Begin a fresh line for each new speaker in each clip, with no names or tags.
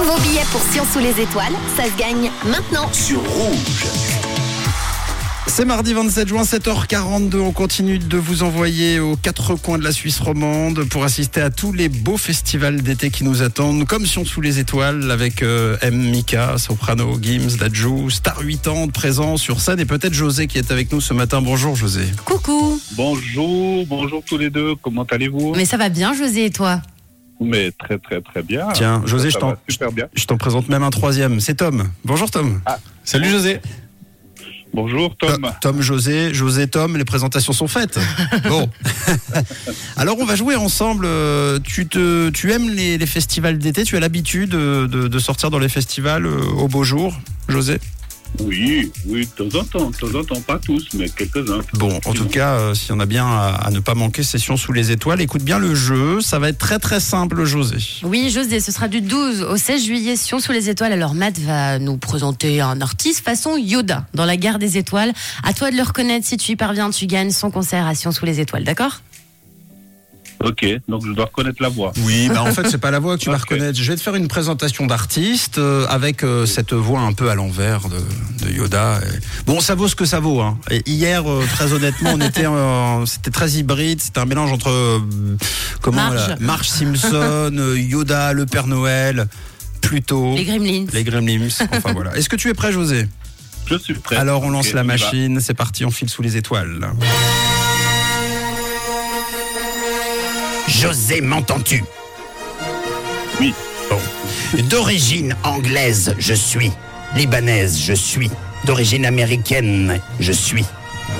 Vos billets pour Science sous les étoiles, ça se gagne maintenant.
sur Rouge.
C'est mardi 27 juin, 7h42. On continue de vous envoyer aux quatre coins de la Suisse romande pour assister à tous les beaux festivals d'été qui nous attendent, comme Sion sous les étoiles avec euh, M. Mika, Soprano, Gims, Dajou, Star 8 ans de présent sur scène et peut-être José qui est avec nous ce matin. Bonjour José.
Coucou.
Bonjour, bonjour tous les deux, comment allez-vous
Mais ça va bien, José et toi
Mais très très très bien.
Tiens, José,
Ça
je t'en-
va Super bien.
Je t'en présente même un troisième, c'est Tom. Bonjour Tom.
Ah.
Salut José.
Bonjour Tom.
Tom, José, José, Tom, les présentations sont faites. Bon. Alors on va jouer ensemble. Euh, Tu, te, tu aimes les, les festivals d'été Tu as l'habitude euh, de, de sortir dans les festivals euh, au beau jour, José
Oui, oui, de temps en temps, de temps en temps, pas tous, mais quelques-uns.
Bon, en tout cas, euh, s'il y en a bien à, à ne pas manquer, Session sous les étoiles, écoute bien le jeu. Ça va être très très simple, José.
Oui, José, ce sera du 12 au 16 juillet, Sion sous les étoiles. Alors, Matt va nous présenter un artiste façon Yoda dans la gare des étoiles. À toi de le reconnaître. Si tu y parviens, tu gagnes son concert à Sion sous les étoiles, d'accord
Ok, donc je dois reconnaître la voix.
Oui, bah en fait, c'est pas la voix que tu vas
Ok.
reconnaître. Je vais te faire une présentation d'artiste euh, avec euh, cette voix un peu à l'envers de, de Yoda. Et- Bon, ça vaut ce que ça vaut. Hein. Et hier, euh, très honnêtement, on était, en- c'était très hybride. C'était un mélange entre euh, comment
Marge.
là, Marge Simpson, euh, Yoda, le Père Noël, Pluto,
Les Gremlins.
les Gremlins. Enfin voilà. Est-ce que tu es prêt, José
Je suis prêt.
Alors, on lance
Ok,
la
on y va.
machine. C'est parti. On file sous les étoiles.
José, m'entends-tu
Oui.
D'origine anglaise, je suis. Libanaise, je suis. D'origine américaine, je suis.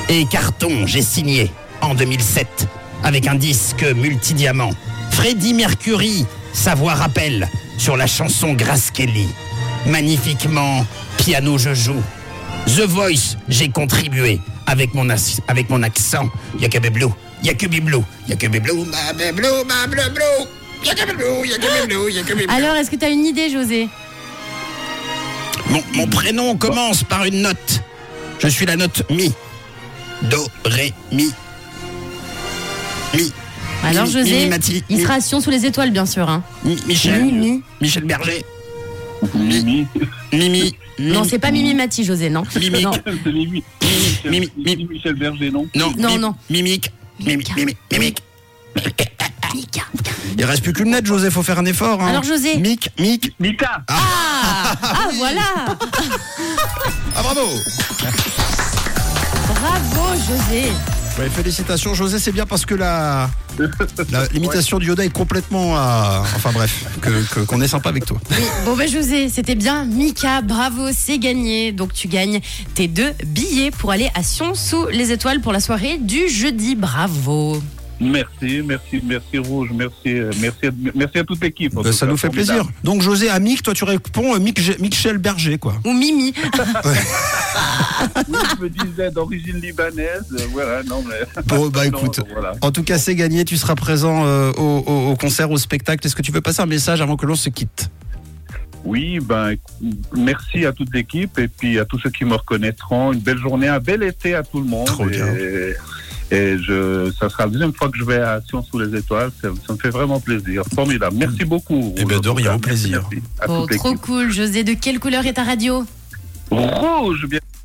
Et carton, j'ai signé en 2007 avec un disque multidiamant. Freddie Mercury, sa voix rappelle sur la chanson Grace Kelly. Magnifiquement, piano je joue. The Voice, j'ai contribué avec mon, as- avec mon accent. Y'a que Beblou, y'a que Biblou, y'a que Biblou, ma Beblou, ma Beblou. Y'a que Beblou, y'a que Beblou, y'a que Beblou.
Alors, est-ce que tu as une idée, José
Mon, mon prénom commence par une note. Je suis la note Mi. Do, Ré, Mi. Mi.
Alors,
Mi-
José,
Minimati.
il sera à Sion sous les étoiles, bien sûr. hein.
Mi- Michel. Michel Berger.
Mimi.
Mimi.
Non,
Mimi.
c'est pas Mimi Mati, José, non
Mimique.
Non.
C'est Mimi.
Mimi-
Michel- Michel Berger, non
Non,
Non,
mi-
non.
Mimique. Mimique. Mimique. Mimique.
Il reste plus qu'une lettre, José. Faut faire un effort. hein.
Alors, José.
Mick, Mick.
Mika
Ah, ah, voilà
Ah bravo.
Bravo, José
Ouais, félicitations José, c'est bien parce que la la- l'imitation du Yoda est complètement à... Enfin bref, que- que- qu'on est sympa avec toi.
Bon bah José, c'était bien. Mika, bravo, c'est gagné. Donc tu gagnes tes deux billets pour aller à Sion sous les étoiles pour la soirée du jeudi. Bravo.
Merci, merci, merci Rouge, merci, euh, merci, à- merci à toute l'équipe. en
Euh,
tout
ça
cas,
nous fait plaisir.
formidable.
Donc José, à Mick, toi tu réponds euh, Mick, Michel Berger quoi.
Ou Mimi.
Oui, je me disais d'origine libanaise, euh, voilà, non mais...
Bon bah
Non,
écoute.
voilà.
En tout cas, c'est gagné. Tu seras présent euh, au, au- au concert, au spectacle. Est-ce que tu veux passer un message avant que l'on se quitte
Oui, ben, merci à toute l'équipe et puis à tous ceux qui me reconnaîtront. Une belle journée, un bel été à tout le monde.
Trop
et,
bien.
et je, ça sera la deuxième fois que je vais à Sion sous les étoiles. Ça, ça me fait vraiment plaisir. Formidable. Merci beaucoup.
Eh ben, de rien, au
Merci,
plaisir.
merci à
Oh,
toute
trop
l'équipe.
cool. José, de quelle couleur est ta radio
Rouge, bien